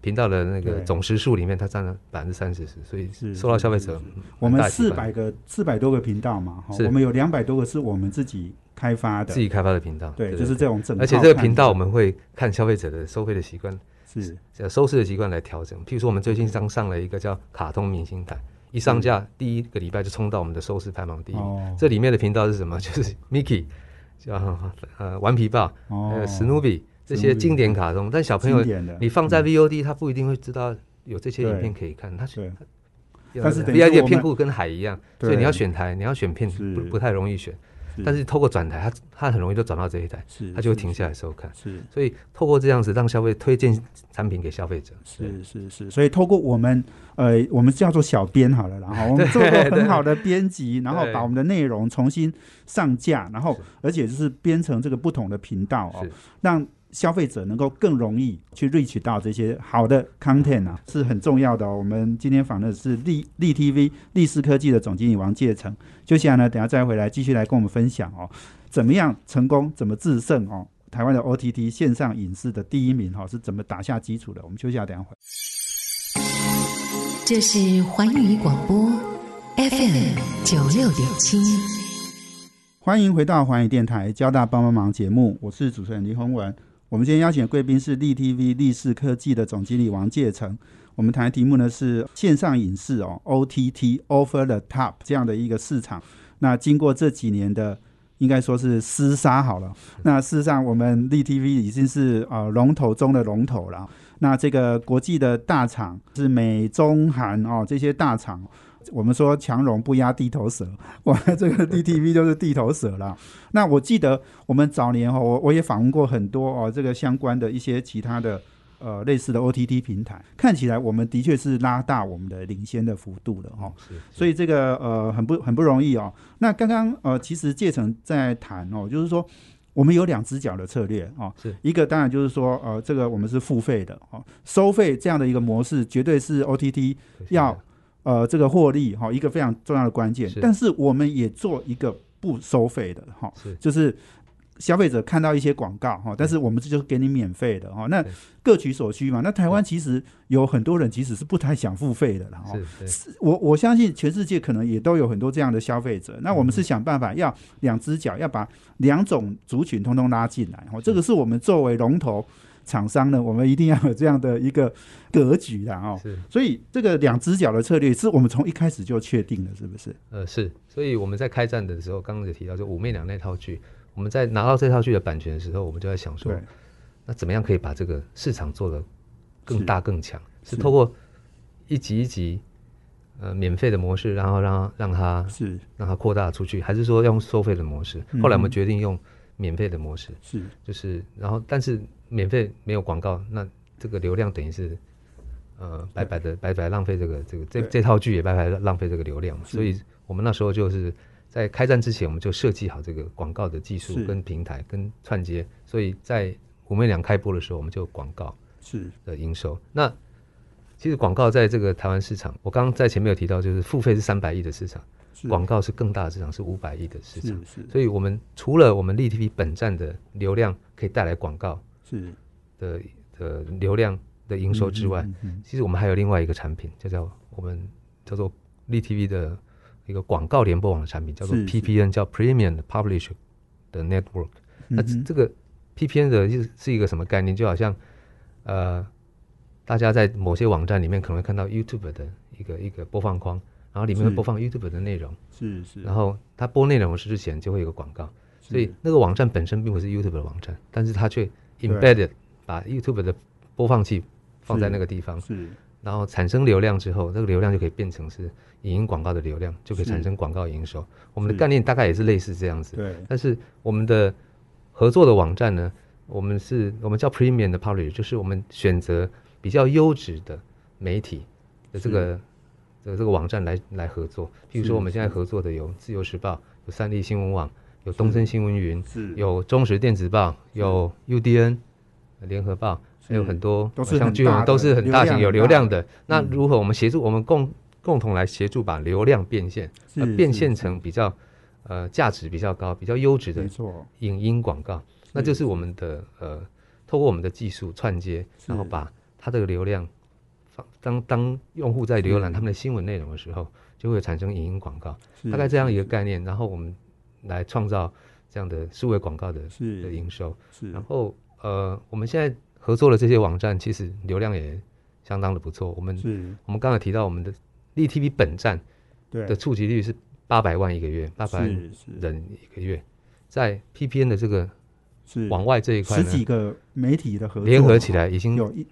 S2: 频道的那个
S1: 哦对
S2: 总时数里面，它占了百分之三四十，所以
S1: 是
S2: 受到
S1: 是
S2: 消费
S1: 是
S2: 者
S1: 是我
S2: 蛮
S1: 们
S2: 大的喜
S1: 四
S2: 欢
S1: 百个四百多个频道嘛，哈，
S2: 是
S1: 我们有两百多个是我们自己开发的
S2: 自，己开发的频道，
S1: 对，就是这种整套看的，
S2: 而且这个频道我们会看消费者的收费的习惯、
S1: 是
S2: 呃收视的习惯来调整。譬如说，我们最近刚上了一个叫“卡通明星台”，一上架第一个礼拜就冲到我们的收视排行榜第一。
S1: 嗯哦
S2: 这里面的频道是什么？ 就是 Mickey，叫呃顽皮豹，还有
S1: 哦，
S2: 史努比这些经典卡通。但小朋
S1: 经
S2: 友
S1: 典的嗯
S2: 你放在 VOD，他不一定会知道有这些影片可以看。他
S1: 对但是等于
S2: VOD
S1: 说我
S2: 的
S1: 们
S2: 片库跟海一样，所以
S1: 对
S2: 你要选台，你要选片
S1: 是
S2: 不不太容易选
S1: 是。
S2: 但是透过转台，他他很容易就转到这一台，
S1: 是
S2: 他就会停下来收看。
S1: 是。
S2: 所以透过这样子让消费推荐产品给消费者，
S1: 是是是，所以透过我们，呃，我们叫做小编好了，然后我们做过很好的编辑，然后
S2: 对
S1: 把我们的内容重新上架，然后而且就是编成这个不同的频道哦
S2: 是，
S1: 让消费者能够更容易去 reach 到这些好的 content 啊，是很重要的、哦。我们今天访问的是力力 TV 力视科技的总经理王介成，就下来呢，等一下再回来继续来跟我们分享哦，怎么样成功，怎么制胜哦。台湾的 OTT 线上影视的第一名哈、哦、是怎么打下基础的？我们休息下，等一下回。
S4: 这是环宇广播 FM 九六点七。
S1: 欢迎回到环宇电台《交大帮帮忙》节目，我是主持人林宏文。我们今天邀请的贵宾是力 TV 力视科技的总经理王介成。我们谈的题目呢是线上影视哦 OTT Over the Top 这样的一个市场。那经过这几年的应该说是厮杀好了。那事实上，我们力 TV 已经是呃龙头中的龙头了。那这个国际的大厂是美、中、韩哦这些大厂。我们说强龙不压地头蛇， 我这个 DTV 就是地头蛇了。那我记得我们早年哦，我我也访问过很多哦，这个相关的一些其他的呃类似的 OTT 平台，看起来我们的确是拉大我们的领先的幅度了哦。
S2: 是，是
S1: 所以这个呃很不很不容易哦。那刚刚呃其实介成在谈哦，就是说我们有两只脚的策略哦
S2: 是，
S1: 一个当然就是说呃这个我们是付费的哦，收费这样的一个模式绝对是 OTT 要。呃，这个获利哈、一个非常重要的关键
S2: 是。
S1: 但是我们也做一个不收费的哈、
S2: 是
S1: 就是消费者看到一些广告哈、但是我们这就是给你免费的哈、那
S2: 对
S1: 各取所需嘛。那台湾其实有很多人其实是不太想付费的了哦哈、
S2: 是对
S1: 我我相信全世界可能也都有很多这样的消费者。那我们是
S2: 嗯
S1: 想办法要两只脚，要把两种族群通通拉进来。哦，这个是我们作为龙头厂商呢，我们一定要有这样的一个格局的哦。
S2: 是
S1: 所以这个两只脚的策略是我们从一开始就确定的，是不是？
S2: 呃是，所以我们在开战的时候，刚刚也提到，就武媚娘那套剧，我们在拿到这套剧的版权的时候，我们就在想说
S1: 对，，
S2: 那怎么样可以把这个市场做得更大更强？
S1: 是
S2: 是透过一集一集呃免费的模式，然后让它让它
S1: 是嗯
S2: 让它扩大出去，还是说要用收费的模式？后来我们决定用免费的模式，
S1: 是
S2: 就是然后但是免费没有广告，那这个流量等于是呃白白的白白浪费这个这个这
S1: 对
S2: 这套剧也白白浪费这个流量嘛，
S1: 是
S2: 所以我们那时候就是。在开战之前，我们就设计好这个广告的技术
S1: 是
S2: 跟平台跟串接，所以在武媚娘开播的时候，我们就有广告，
S1: 是
S2: 的营收。那其实广告在这个台湾市场，我刚刚在前面有提到，就是付费是三百亿的市场，
S1: 是
S2: 广告是更大的市场，是五百亿的市
S1: 是
S2: 场。
S1: 是
S2: 所以我们除了我们立 TV 本站的流量可以带来广告
S1: 是
S2: 的的流量的营收之外，
S1: 嗯嗯嗯
S2: 其实我们还有另外一个产品，叫做我们叫做立 TV 的一个广告联播网的产品，叫做
S1: 是是
S2: PPN，叫 Premium Publish 的 Network。那
S1: 嗯哼
S2: 这个 PPN 的是是一个什么概念？就好像呃，大家在某些网站里面可能会看到 YouTube 的一个一个播放框，然后里面会
S1: 是
S2: 播放 YouTube 的内容，
S1: 是是，
S2: 然后它播内容之前就会有个广告，所
S1: 嗯
S2: 以那个网站本身并不是 YouTube 的网站，但是它却 embedded 把 YouTube 的播放器放在
S1: 是
S2: 那个地方，
S1: 是
S2: 然后产生流量之后，这个流量就可以变成是影音广告的流量，就可以产生广告营收。我们的
S1: 是
S2: 概念大概也是类似这样子，
S1: 对
S2: 但是我们的合作的网站呢，我们是我们叫 Premium 的 Publish，就是我们选择比较优质的媒体的这个的这个网站来来合作。譬如
S1: 是
S2: 说，我们现在合作的有《自由时报》、有三立新闻网、有东森新闻云、
S1: 是
S2: 有中时电子报、有 UDN 联合报，还有
S1: 是
S2: 很多
S1: 都是
S2: 像
S1: 很
S2: 巨
S1: 大
S2: 网
S1: 的
S2: 都是很
S1: 流
S2: 大
S1: 量
S2: 型有
S1: 很
S2: 流
S1: 大
S2: 量的。那
S1: 嗯
S2: 如何我们协助我们共共同来协助把流量变现，
S1: 是
S2: 呃变
S1: 是
S2: 现
S1: 是
S2: 成比较呃价值比较高、比较优质的
S1: 没错，
S2: 影音广告，那就是我们的呃，透过我们的技术串接，
S1: 是
S2: 然后把它的流量放当当用户在浏览他们的新闻内容的时候，就会产生影音广告，
S1: 是
S2: 大概这样一个概念，然后我们来创造这样的数位广告的
S1: 是
S2: 的营收，
S1: 是
S2: 然后呃，我们现在合作的这些网站其实流量也相当的不错，我们
S1: 是，
S2: 我们刚才提到我们的立 TV 本站
S1: 对
S2: 的触及率是八百万一个月，八百万
S1: 是是
S2: 人一个月，在 PPN 的这个
S1: 是
S2: 往外这一块
S1: 十
S2: 呢，
S1: 几个媒体的合作哦
S2: 联合起来已经
S1: 有一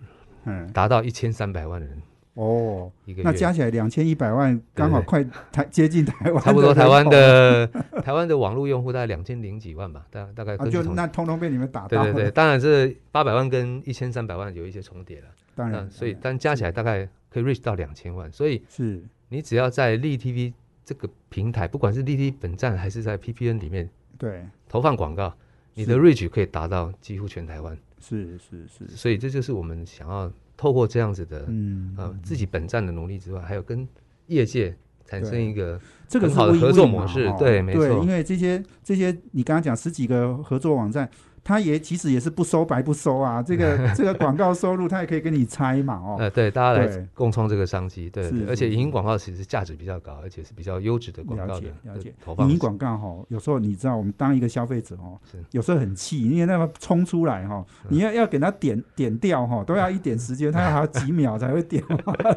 S1: 嗯
S2: 达到一千三百万人
S1: 哦。
S2: 一个月，
S1: 那加起来两千一百万，刚好
S2: 对
S1: 快台接近台湾的人口，
S2: 差不多台湾的台湾的网络用户大概两千零几万吧，大大概
S1: 啊，
S2: 根
S1: 就
S2: 据统计
S1: 那通通被你们打
S2: 对
S1: 到
S2: 对对，
S1: 了，
S2: 当然这八百万跟一千三百万有一些重叠了，
S1: 当
S2: 那
S1: 然，
S2: 嗯所以
S1: 当
S2: 但加起来大概可以 reach 到两千万，所以
S1: 然是
S2: 你只要在立 TV 这个平台，不管是立 TV 本站还是在 PPN 里面
S1: 对
S2: 投放广告，你的
S1: 是
S2: reach 可以达到几乎全台湾。
S1: 是是是，
S2: 所以这就是我们想要透过这样子的、
S1: 嗯，
S2: 呃自己本站的努力之外，还有跟业界产生
S1: 对
S2: 一个
S1: 这个
S2: 很
S1: 是
S2: 好的
S1: win-win
S2: 合作
S1: 嘛
S2: 模式
S1: 哦
S2: 对没错
S1: 因为这些这些你刚刚讲十几个合作网站，它也其实也是不收白不收啊，这个这个广告收入它也可以跟你拆嘛哦，
S2: 呃，对，大家
S1: 对
S2: 来共创这个商机，对，
S1: 是
S2: 对而
S1: 是
S2: 且
S1: 是
S2: 影音广告其实价值比较高，而且是比较优质的广
S1: 了
S2: 告
S1: 解
S2: 的
S1: 了解
S2: 的投，放
S1: 影
S2: 是。
S1: 音广告哈、有时候你知道我们当一个消费者哦
S2: 是，嗯
S1: 有时候很气，因为那个冲出来哈、你要要给它点点掉哈、都要一点时间，它还要几秒才会点 完。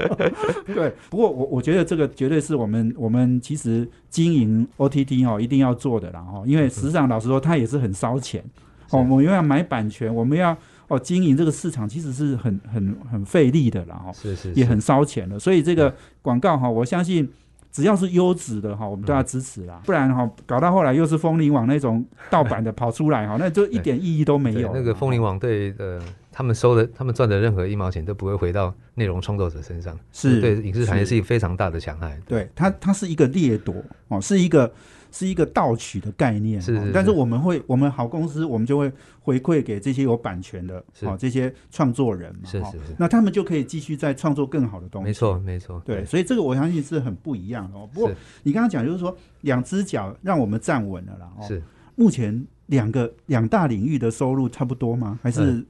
S1: 对，不过我我觉得这个绝对是我们我们其实经营 OTT 哦一定要做的啦哈、因为实际上老实说，它也是很烧钱哦，我们又要买版权，我们要哦经营这个市场，其实是很很很费力的啦哈、
S2: 是是
S1: 也
S2: 是
S1: 很烧钱的，所以这个广告哈，我相信只要是优质的哈，我们
S2: 嗯
S1: 都要支持啦，不然哈，搞到后来又是风铃网那种盗版的跑出 来哈，那就一点意义都没
S2: 对
S1: 有了。
S2: 那个风铃网对呃，他们收的、他们赚的任何一毛钱都不会回到内容创作者身上，
S1: 是
S2: 对影视产业是一个非常大的强害。
S1: 对它，它是一个掠夺哦，是一个是一个盗取的概念。
S2: 是
S1: 哦
S2: 是
S1: 但是
S2: 是
S1: 我们会，我们好公司，我们就会回馈给这些有版权的
S2: 是
S1: 哦，这些创作人嘛，
S2: 是
S1: 哦
S2: 是是
S1: 那他们就可以继续再创作更好的东西。
S2: 没错，没错，
S1: 对，所以这个我相信是很不一样的哦。不过
S2: 是
S1: 你刚刚讲就是说，两只脚让我们站稳了啦。哦，
S2: 是
S1: 目前两个两大领域的收入差不多吗？还是哎
S2: 嗯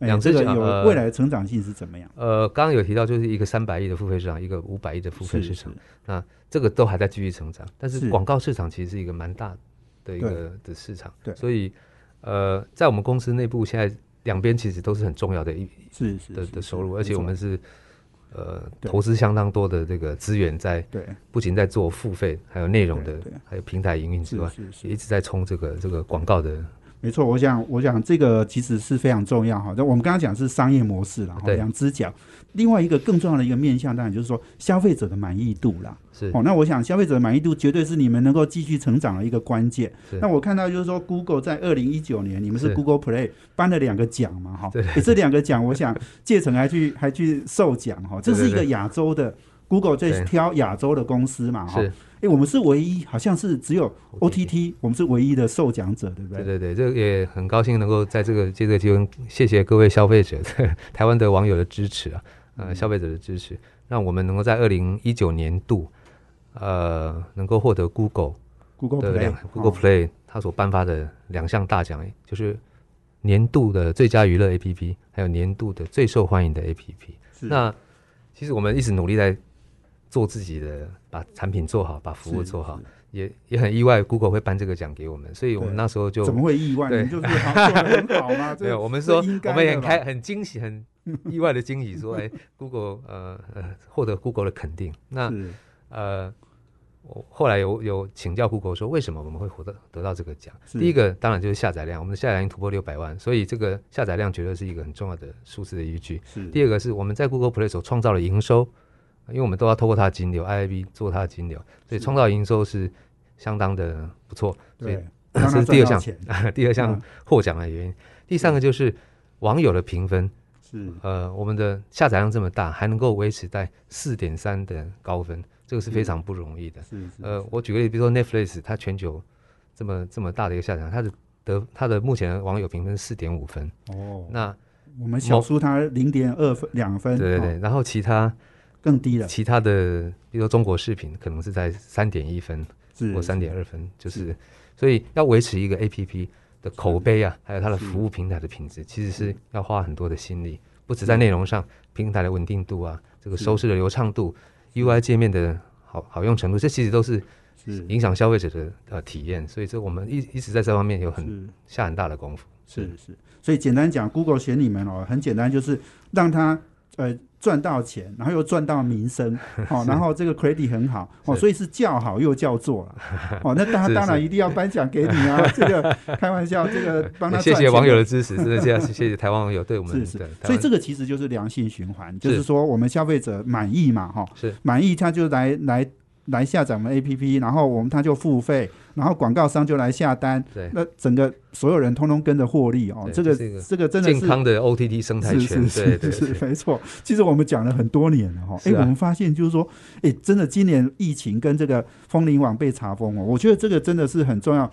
S2: 两只
S1: 这个
S2: 脚
S1: 有
S2: 呃
S1: 未来的成长性是怎么样？
S2: 呃，刚刚有提到就是一个三百亿的付费市场，一个五百亿的付费
S1: 是
S2: 市场，那这个都还在继续成长，但
S1: 是
S2: 是广告市场其实是一个蛮大的一个的市场，
S1: 对
S2: 所以呃，在我们公司内部现在两边其实都是很重要的一
S1: 是是
S2: 的
S1: 是
S2: 的
S1: 是
S2: 收入，
S1: 没
S2: 而且我
S1: 错
S2: 们是呃
S1: 对
S2: 投资相当多的这个资源在，
S1: 对
S2: 不仅在做付费，还有内容
S1: 对
S2: 的
S1: 对，
S2: 还有平台营运之外，
S1: 是是是
S2: 也一直在冲这个这个广告的，
S1: 没错，我想，我想这个其实是非常重要哈。那我们刚刚讲是商业模式啦，哈
S2: 对
S1: 两只脚。另外一个更重要的一个面向，当然就是说消费者的满意度啦。
S2: 是
S1: 哦，那我想消费者的满意度绝对是你们能够继续成长的一个关键
S2: 是。
S1: 那我看到就是说，Google 在二零一九年，你们是
S2: 是
S1: Google Play 颁了两个奖嘛，哈
S2: 对，
S1: 诶这两个奖，我想介成还去还去授奖哈，这是一
S2: 对
S1: 个
S2: 对
S1: 亚洲的 Google 在
S2: 对
S1: 挑亚洲的公司嘛，哈。
S2: 是，
S1: 诶，我们是唯一，好像是只有
S2: OTT
S1: OTT，我们是唯一的授奖者，对不对？
S2: 对对对，这个也很高兴能够在这个借这个机会，谢谢各位消费者、台湾的 网友的支持啊，
S1: 嗯
S2: 呃，消费者的支持，让我们能够在二零一九年度，呃，能够获得 Google
S1: Google
S2: 的
S1: Play
S2: 两 Google
S1: 哦
S2: Play 它所颁发的两项大奖，就是年度的最佳娱乐 APP，还有年度的最受欢迎的 APP。
S1: 是
S2: 那其实我们一直努力在做自己的，把产品做好，把服务
S1: 是
S2: 做好
S1: 是，
S2: 也也很意外，Google 会颁这个奖给我们，所以我们
S1: 对
S2: 那时候就
S1: 怎么会意外？
S2: 对
S1: 你就是好像做的很好吗？这
S2: 没有，我们
S1: 这
S2: 说
S1: 应该
S2: 我们也
S1: 的
S2: 很
S1: 吧
S2: 开很惊喜， 很意外的惊喜，说哎，Google 呃呃获得 Google 的肯定，那
S1: 是
S2: 呃，我后来有有请教 Google 说，为什么我们会获得得到这个奖？
S1: 是
S2: 第一个当然就是下载量，我们的下载量突破六百万，所以这个下载量绝对是一个很重要的数字的依据。
S1: 是
S2: 第二个是我们在 Google Play 所创造的营收，因为我们都要透过它的金流 IIB 做它的金流，所以
S1: 是
S2: 创造营收是相当的不错。所以
S1: 对，让
S2: 这
S1: 他
S2: 是第
S1: 赚到
S2: 二项
S1: 钱
S2: 第二项
S1: 嗯
S2: 获奖的原因，第三个就是网友的评分，
S1: 是
S2: 呃，我们的下载量这么大，还能够维持在四点三的高分，这个是非常不容易的。
S1: 嗯是是
S2: 呃，我举个例，比如说 Netflix，它全球这么这么大的一个下载量，它的得它的目前的网友评分四点五分，
S1: 哦，
S2: 那
S1: 我们小输他零点二分两分，
S2: 对对对，
S1: 哦，
S2: 然后其他
S1: 更低了，
S2: 其他的，比如说中国视频，可能是在三点一分
S1: 是
S2: 或三点二分，就是所以要维持一个 A P P 的口碑啊，还有它的服务平台的品质，其实
S1: 嗯
S2: 是要花很多的心力，不止在内容上，平台的稳定度啊，这
S1: 嗯
S2: 个收视的流畅度，U I 界面的好好用程度，这其实都是
S1: 是
S2: 影响消费者的呃体验，所以这我们一一直在这方面有很
S1: 是
S2: 下很大的功夫。
S1: 是是，所以简单讲，Google 选你们哦，很简单，就是让他呃赚到钱，然后又赚到名 声，哦，然后这个 credit 很好哦，
S2: 是
S1: 所以是叫好又叫座了， 哦，那大家
S2: 是
S1: 当然
S2: 是
S1: 一定要颁奖给你啊，这个开玩笑，这个帮他
S2: 也谢
S1: 赚
S2: 谢
S1: 钱
S2: 网友的支持，真的 谢谢谢谢台湾网友对我们
S1: 是
S2: 的
S1: 是
S2: 台湾，
S1: 所以这个其实就是良性循环，就是
S2: 是
S1: 说我们消费者满意嘛，哈，
S2: 是
S1: 满意他就来来来下载我们 APP，然后我们他就付费，然后广告商就来下单，
S2: 对
S1: 那整个所有人通通跟着获利哦，
S2: 对
S1: 这个
S2: 这是一个
S1: 这个真的
S2: 健
S1: 是。
S2: 康的 O T T 生态
S1: 是
S2: 圈
S1: 是，
S2: 对
S1: 是
S2: 对
S1: 是
S2: 对。
S1: 是，没错。其实我们讲了很多年了哈，哎、
S2: 是啊
S1: 我们发现就是说，哎，真的今年疫情跟这个风铃网被查封哦，我觉得这个真的是很重要。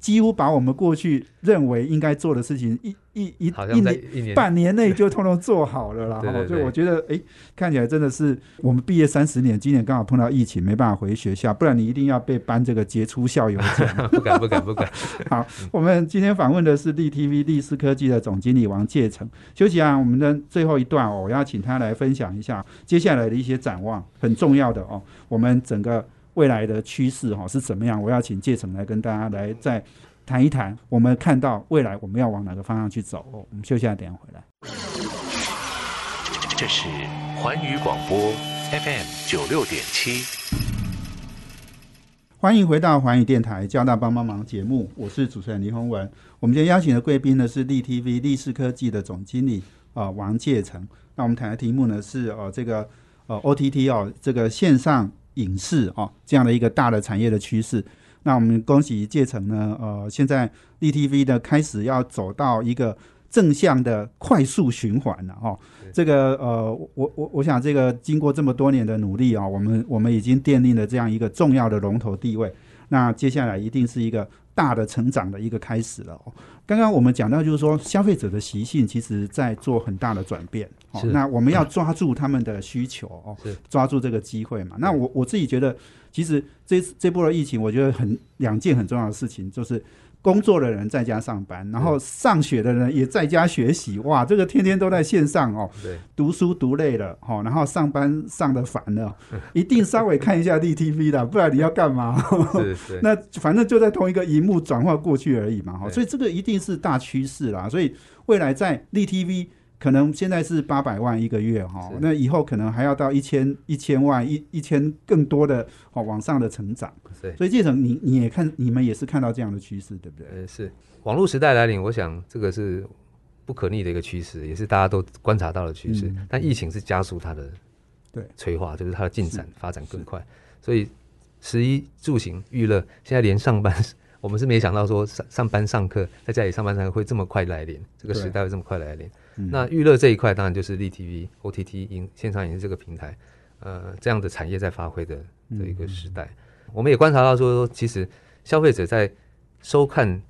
S1: 几乎把我们过去认为应该做的事情一一一
S2: 好
S1: 一
S2: 像在
S1: 年
S2: 一 年
S1: 半年内就通通做好了啦。
S2: 对
S1: 哈
S2: 对
S1: 所以
S2: 对
S1: 我觉得，哎，看起来真的是我们毕业三十年，今年刚好碰到疫情，没办法回学校，不然你一定要被颁这个杰出校友 奖。
S2: 不敢不敢不敢，
S1: 好，我们今天访问的是力 TV 力思科技的总经理王介成。休息啊，我们的最后一段哦，我要请他来分享一下接下来的一些展望，很重要的哦，我们整个未来的趋势哈、哦、是怎么样？我要请介成来跟大家来再谈一谈，我们看到未来我们要往哪个方向去走、哦。我们休息啊，等一下回来。
S3: 这是环宇广播 FM 九六点七，
S1: 欢迎回到环宇电台《交大帮帮忙》节目，我是主持人林宏文。我们今天邀请的贵宾呢是力 TV 力视科技的总经理啊、呃王介成。那我们谈的题目呢是呃这个呃 OTT 哦这个线上影视哦这样的一个大的产业的趋势。那我们恭喜介成呢呃现在力 TV 呢开始要走到一个正向的快速循环了、哦。这个呃，我我我想这个经过这么多年的努力啊，我们我们已经奠定了这样一个重要的龙头地位。那接下来一定是一个大的成长的一个开始了、哦。刚刚我们讲到，就是说消费者的习性其实在做很大的转变。哦，
S2: 是
S1: 那我们要抓住他们的需求哦
S2: 是，
S1: 抓住这个机会嘛。那我我自己觉得，其实这这波的疫情，我觉得很两件很重要的事情就是。工作的人在家上班，然后上学的人也在家学习，哇，这个天天都在线上哦，
S2: 对，
S1: 读书读累了，哈、然后上班上的烦了，一定稍微看一下 DTV 的，不然你要干嘛？
S2: 是是，
S1: 那反正就在同一个荧幕转化过去而已嘛，哈，
S2: 对
S1: 所以这个一定是大趋势啦。所以未来在 DTV 可能现在是八百万一个月哈
S2: 是，
S1: 那以后可能还要到一千一千万一一千更多的哦往上的成长。
S2: 对。
S1: 所以这种你你也看你们也是看到这样的趋势，对不对？
S2: 呃，是网络时代来临，我想这个是不可逆的一个趋势，也是大家都观察到的趋势。
S1: 嗯
S2: 但疫情是加速它的
S1: 对
S2: 催化，就是它的进展发展更快。所以，食衣住行娱乐，现在连上班， 我们是没想到说上上班上课，在家里上班上课会这么快来临，这个
S1: 对
S2: 时代会这么快来临。
S1: 嗯
S2: 那娱乐这一块，当然就是立 TV、OTT 影线上影视这个平台，呃，这样的产业在发挥的
S1: 嗯
S2: 的一个时代。我们也观察到说，其实消费者在收看，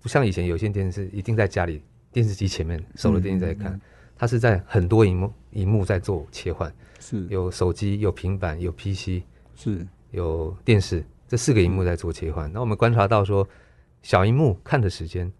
S2: 不像以前有线电视一定在家里电视机前面守着电视在看，它是在很多荧幕荧幕在做切换，
S1: 是
S2: 有手机、有平板、有 PC、
S1: 是
S2: 有电视这四个荧幕在做切换。那我们观察到说，小荧幕看的时间，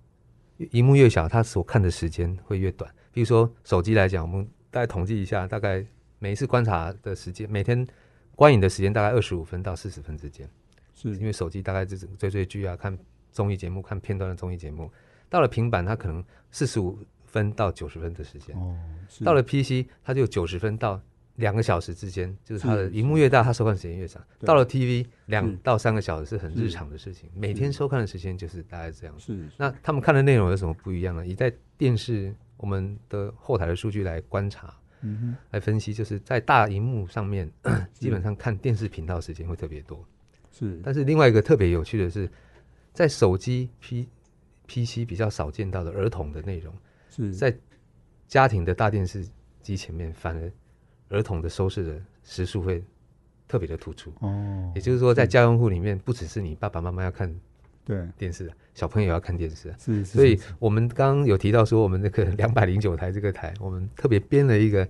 S2: 荧幕越小，它所看的时间会越短。比如说手机来讲，我们大概统计一下，大概每一次观察的时间，每天观影的时间大概二十五分到四十分之间。
S1: 是
S2: 因为手机大概就是追追剧啊、看综艺节目、看片段的综艺节目。到了平板，它可能四十五分到九十分的时间；
S1: 哦，是
S2: 到了 PC，它就九十分到两个小时之间，就是它的
S1: 是
S2: 荧幕越大，它收看时间越长。
S1: 对
S2: 到了 TV，两
S1: 是
S2: 到三个小时是很
S1: 是
S2: 日
S1: 嗯
S2: 常的事情，每天收看的时间就是大概这样子。
S1: 是
S2: 那他们看的内容有什么不一样呢？以在电视我们的后台的数据来观察、
S1: 嗯
S2: 来分析，就是在大荧幕上面， 基本上看电视频道时间会特别多。
S1: 哼是
S2: 但是另外一个特别有趣的是，在手机 P PC 比较少见到的儿童的内容，
S1: 是
S2: 在家庭的大电视机前面，反而儿童的收视的时数会特别的突出。
S1: 哦
S2: 也就是说，在家用户里面，不只是你爸爸妈妈要看
S1: 对
S2: 电视，小朋友也要看电视。
S1: 是，是
S2: 所以
S1: 是
S2: 我们刚刚有提到说，我们那个两百零九台这个台，我们特别编了一个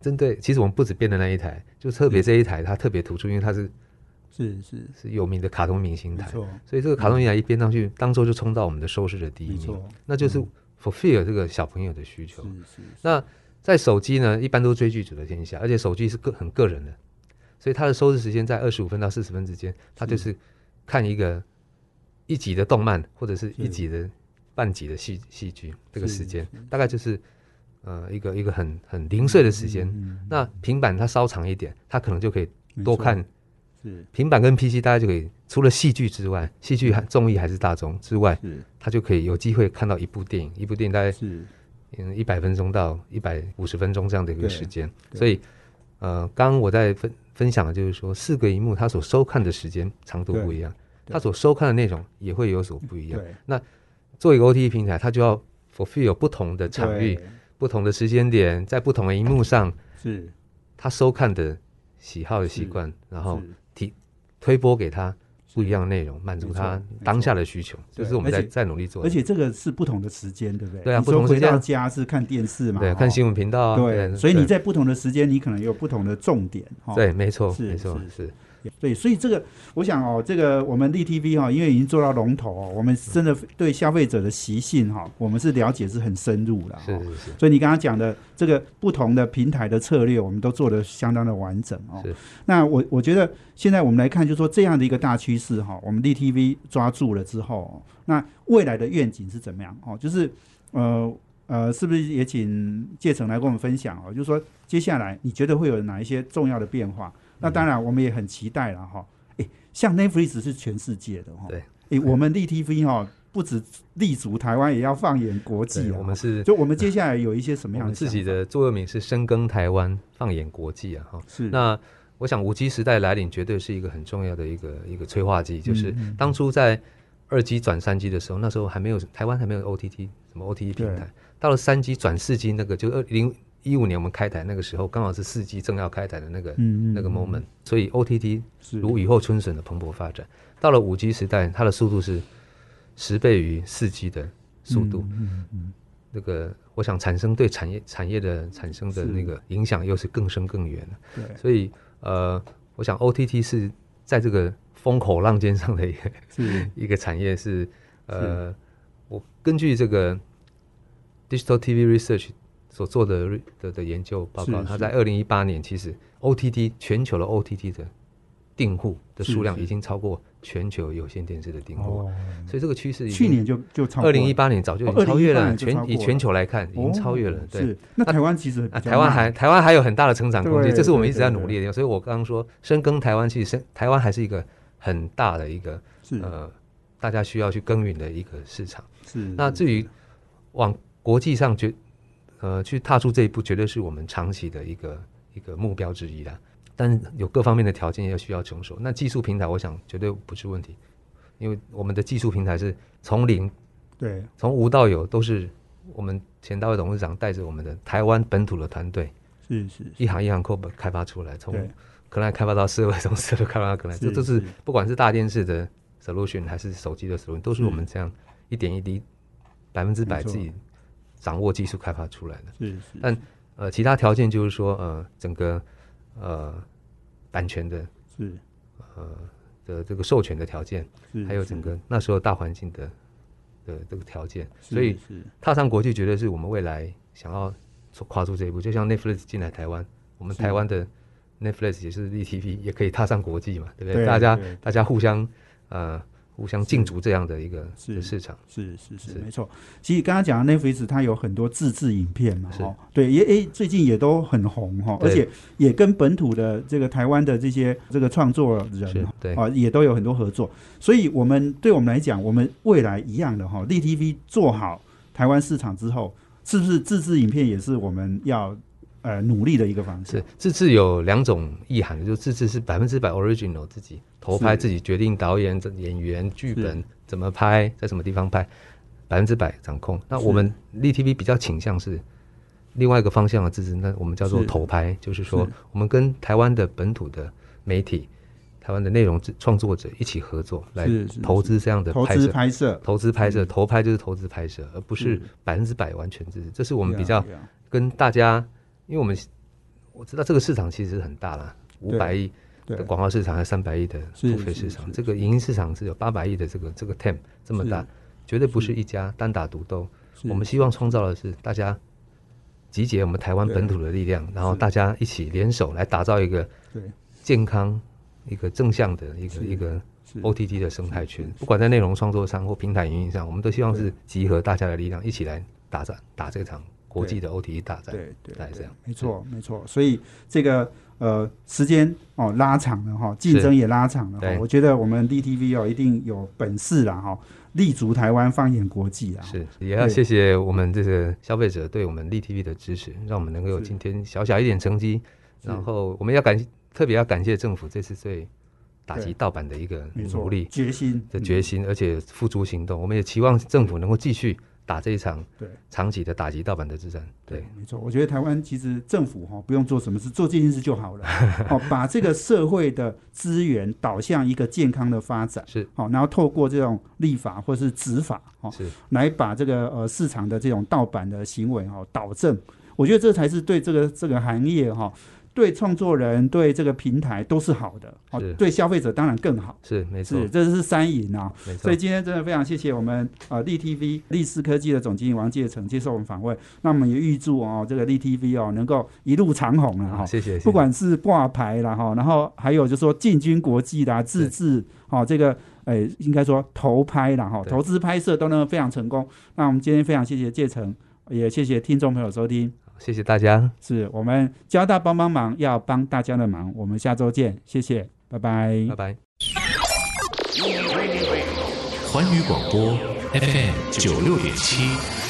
S2: 针对，其实我们不止编的那一台，就特
S1: 嗯
S2: 别这一台它特别突出，因为它是
S1: 是是
S2: 是有名的卡通明星
S1: 没
S2: 台。
S1: 错
S2: 所以这个卡通一来一编上去，当周就冲到我们的收视的第一
S1: 没
S2: 名
S1: 错，嗯
S2: 那就是 fulfill 这个小朋友的需求。
S1: 是是
S2: 那在手机呢，一般都追剧组的天下，而且手机是个很个人的，所以它的收视时间在二十五分到四十分之间，它就是看一个一集的动漫或者是一集的半集的戏戏剧，这个时间大概就是呃一个一个很很零碎的时
S1: 嗯
S2: 间。那平板它稍长一点，它可能就可以
S1: 没
S2: 多
S1: 错
S2: 看
S1: 是
S2: 平板跟 PC 大家就可以，除了戏剧之外，戏剧还综艺还是大众之外，
S1: 是
S2: 他就可以有机会看到一部电影，一部电影大概
S1: 是
S2: 嗯一百分钟到一百五十分钟这样的一个
S1: 对
S2: 时间。
S1: 对
S2: 所以，呃，刚刚我在分分享的就是说，四个荧幕它所收看的时间长度不一样，
S1: 对
S2: 它所收看的内容也会有所不一样。
S1: 对
S2: 做一个 OT 平台，它就要 fulfill 不同的场域、
S1: 对
S2: 不同的时间点，在不同的荧幕上，
S1: 是
S2: 它收看的喜好的习惯，然后
S1: 是
S2: 推播给他不一样的内容，满足
S1: 没错
S2: 他
S1: 没错
S2: 当下的需求，这
S1: 对
S2: 是我们
S1: 而
S2: 在
S1: 且
S2: 在努力做的。
S1: 而且这个是不同的时间，对不对？
S2: 对啊
S1: 你说
S2: 不同时间
S1: 回到家是看电视嘛，
S2: 对，
S1: 哦
S2: 看新闻频道啊，
S1: 对，所以你
S2: 对
S1: 在不同的时间，你可能有不同的重点，哈。
S2: 对，没错，
S1: 是
S2: 没错，
S1: 是
S2: 是
S1: 对，所以这个我想哦，这个我们立 TV 哈、因为已经做到龙头哦，我们真的对消费者的习性哈、我们是了解是很深入了、哦。
S2: 是是是，
S1: 所以你刚刚讲的这个不同的平台的策略，我们都做得相当的完整哦
S2: 是。
S1: 那我我觉得现在我们来看，就说这样的一个大趋势哈、我们 DTV 抓住了之后、哦，那未来的愿景是怎么样哦？就是呃呃，是不是也请介成来跟我们分享哦？就是说接下来你觉得会有哪一些重要的变化？
S2: 嗯
S1: 那当然我们也很期待了哈、诶，像 Netflix 是全世界的哈、哦，
S2: 对，
S1: 诶，我们 DTV 哈、不止立足台湾，也要放眼国际
S2: 对
S1: 啊、
S2: 我们是
S1: 就我们接下来有一些什么
S2: 我
S1: 样
S2: 们
S1: 的
S2: 自
S1: 想法
S2: 己的座右铭是深耕台湾，放眼国际啊，哈。
S1: 是
S2: 那我想五 G 时代来临，绝对是一个很重要的一个一个催化剂，就是
S1: 嗯嗯
S2: 当初在二 G 转三 G 的时候，那时候还没有台湾还没有 OTT 什么 OTT 平
S1: 对
S2: 台，到了三 G 转四 G 那个，就二零一五年我们开台那个时候，刚好是四 G 正要开台的那个
S1: 嗯嗯
S2: 那个
S1: 嗯
S2: moment，所以 OTT
S1: 是
S2: 如雨后春笋的蓬勃发展。到了五 G 时代，它的速度是十倍于四 G 的速度，
S1: 嗯嗯
S2: 那个我想产生对产业产业的产生的
S1: 是
S2: 那个影响又是更深更远的。
S1: 嗯对
S2: 所以呃，我想 OTT 是在这个风口浪尖上的一个
S1: 是
S2: 一个产业是呃，我根据这个 Digital TV Research 所做的 re- 的的研究报告，
S1: 是
S2: 它
S1: 是
S2: 在二零一八年其实 OTT 全球的 OTT 的订户的
S1: 是
S2: 数量
S1: 是
S2: 已经超过全球有线电视的订户，
S1: 哦，
S2: 所以这个趋势已
S1: 去
S2: 经
S1: 年就就超
S2: 二零一八年早就已
S1: 哦
S2: 经超越
S1: 2018
S2: 了，
S1: 年就超
S2: 全
S1: 过
S2: 以
S1: 了
S2: 全球来看已
S1: 已
S2: 经超越了，对。
S1: 是那台湾其实
S2: 啊，
S1: 比较
S2: 台湾还台湾还有很大的成长空间，
S1: 对
S2: 这是我们
S1: 对
S2: 一直在
S1: 对
S2: 努
S1: 对
S2: 力的地方。所以我刚刚说，深耕台湾，其实深台湾还是一个很大的一个
S1: 是
S2: 呃，大家需要去耕耘的一个市场。
S1: 是
S2: 那
S1: 是
S2: 至于往国际上绝呃去踏出这一步，绝对是我们长期的一个一个目标之一啦。但有各方面的条件要需要成熟，那技术平台我想绝对不是问题，因为我们的技术平台是从零
S1: 对
S2: 从无到有，都是我们前大会董事长带着我们的台湾本土的团队。
S1: 是是
S2: 一行一行 code 开发出来，从
S1: 对
S2: 可能开发到社会，从社会开发到可能，
S1: 是
S2: 这都是
S1: 是
S2: 不管是大电视的 solution 还是手机的 solution，都是我们这样一点一滴，百分之百
S1: 没错
S2: 自己掌握技术开发出来的。
S1: 是是
S2: 但呃，其他条件就是说，呃，整个呃版权的
S1: 是
S2: 呃的这个授权的条件，
S1: 是，
S2: 还有整个那时候大环境的的这个条件，
S1: 是
S2: 所以
S1: 是
S2: 踏上国际，绝对是我们未来想要出跨出这一步。就像 Netflix 进来台湾，我们
S1: 是
S2: 台湾的 Netflix 也是 VTV，也可以踏上国际嘛，对不
S1: 对
S2: 对？大家
S1: 对
S2: 大家互相呃互相竞逐这样的一个
S1: 是
S2: 市场，
S1: 是是是，
S2: 是
S1: 没错。其实刚刚讲的 Netflix 它有很多自制影片嘛，
S2: 是
S1: 哦，对，也诶、最近也都很红哈、哦，而
S2: 对
S1: 且也跟本土的这个台湾的这些这个创作人
S2: 是对
S1: 啊也都有很多合作，所以我们对我们来讲，我们未来一样的哈、哦，立 TV 做好台湾市场之后，是不是自制影片也是我们要呃努力的一个方向？
S2: 是自制有两种意涵的，就自制是百分之百 original 自己投拍，
S1: 是
S2: 自己决定导演、这演员、剧本怎么拍，在什么地方拍，百分之百掌控。那
S1: 是
S2: 我们 VTV 比较倾向是另外一个方向的自制，那我们叫做
S1: 是
S2: 投拍，就是说
S1: 是
S2: 我们跟台湾的本土的媒体、台湾的内容制创作者一起合作来
S1: 是是
S2: 投资这样的
S1: 投
S2: 拍
S1: 资
S2: 摄。
S1: 拍摄，
S2: 投资拍摄，投拍就是投资拍摄，而不
S1: 是啊
S2: 是百分之百完全自制。这是我们比
S1: Yeah，
S2: 较
S1: yeah
S2: 跟大家，因为我们我知道这个市场其实很大啦，五百亿
S1: 对啊
S2: 的广告市场，还有三百亿的
S1: 是
S2: 付费
S1: 是
S2: 市
S1: 是
S2: 场，这个影音市场是有八百亿的这个这个 TAM 这么大
S1: 是，
S2: 绝对不是一家单打独斗。
S1: 是
S2: 我们希望创造的是大家集结我们台湾
S1: 对
S2: 本土的力量，然后
S1: 是
S2: 大家一起联手来打造一个
S1: 对
S2: 健康、一个正向的一
S1: 是
S2: 个一个
S1: 是
S2: OTT 的生态圈。不管在内容创作上或平台运营上，我们都希望是集合大家的力量一起来打战，打这场国际的 OTT 大战。
S1: 对对
S2: 大概
S1: 对
S2: 这样
S1: 没错没错。所以这个呃时间哦拉长了哈，竞
S2: 是
S1: 争也拉长了哈
S2: 对。
S1: 我觉得我们 DTV 哦一定有本事啦哈，立足台湾，放眼国际啊。
S2: 是，也要谢谢我们这个消费者对我们立 TV 的支持，让我们能够有
S1: 是
S2: 今天小小一点成绩。
S1: 是
S2: 然后我们要感谢，特别要感谢政府这次对打
S1: 对
S2: 击盗版的一个
S1: 没错
S2: 努力，
S1: 决心
S2: 的决
S1: 嗯
S2: 心，而且付诸行动。我们也期望政府能够继续打这一场
S1: 对
S2: 长期的打击盗版的之战。对，
S1: 嗯没错，我觉得台湾其实政府哈、不用做什么事，做这件事就 好了。哦，把这个社会的资源导向一个健康的发展，
S2: 是
S1: 好、然后透过这种立法或是执法哦，
S2: 是
S1: 来把这个呃市场的这种盗版的行为哈、哦导正，我觉得这才是对这个这个行业哈、对创作人、对这个平台都是好的，哦
S2: 是，
S1: 对消费者当然更好。
S2: 是，没错
S1: 是，，这是三赢啊！
S2: 没错
S1: 所以。今天真的非常谢谢我们呃力 TV 力思科技的总经理王介成接受我们访问。那我们也预祝哦这个力 TV 哦能够一路长虹了哈、
S2: 好，谢谢，谢谢
S1: 啊不管是挂牌啦哈，然后还有就说进军国际啦、自制哦，这个呃应该说投拍啦哈，
S2: 对
S1: 投资拍摄都能够非常成功。那我们今天非常谢谢介成，也谢谢听众朋友收听，
S2: 谢谢大家，
S1: 是我们交大帮帮忙要帮大家的忙，我们下周见，谢谢，拜拜
S2: 拜。拜。
S3: 环宇广播 FM 九六点七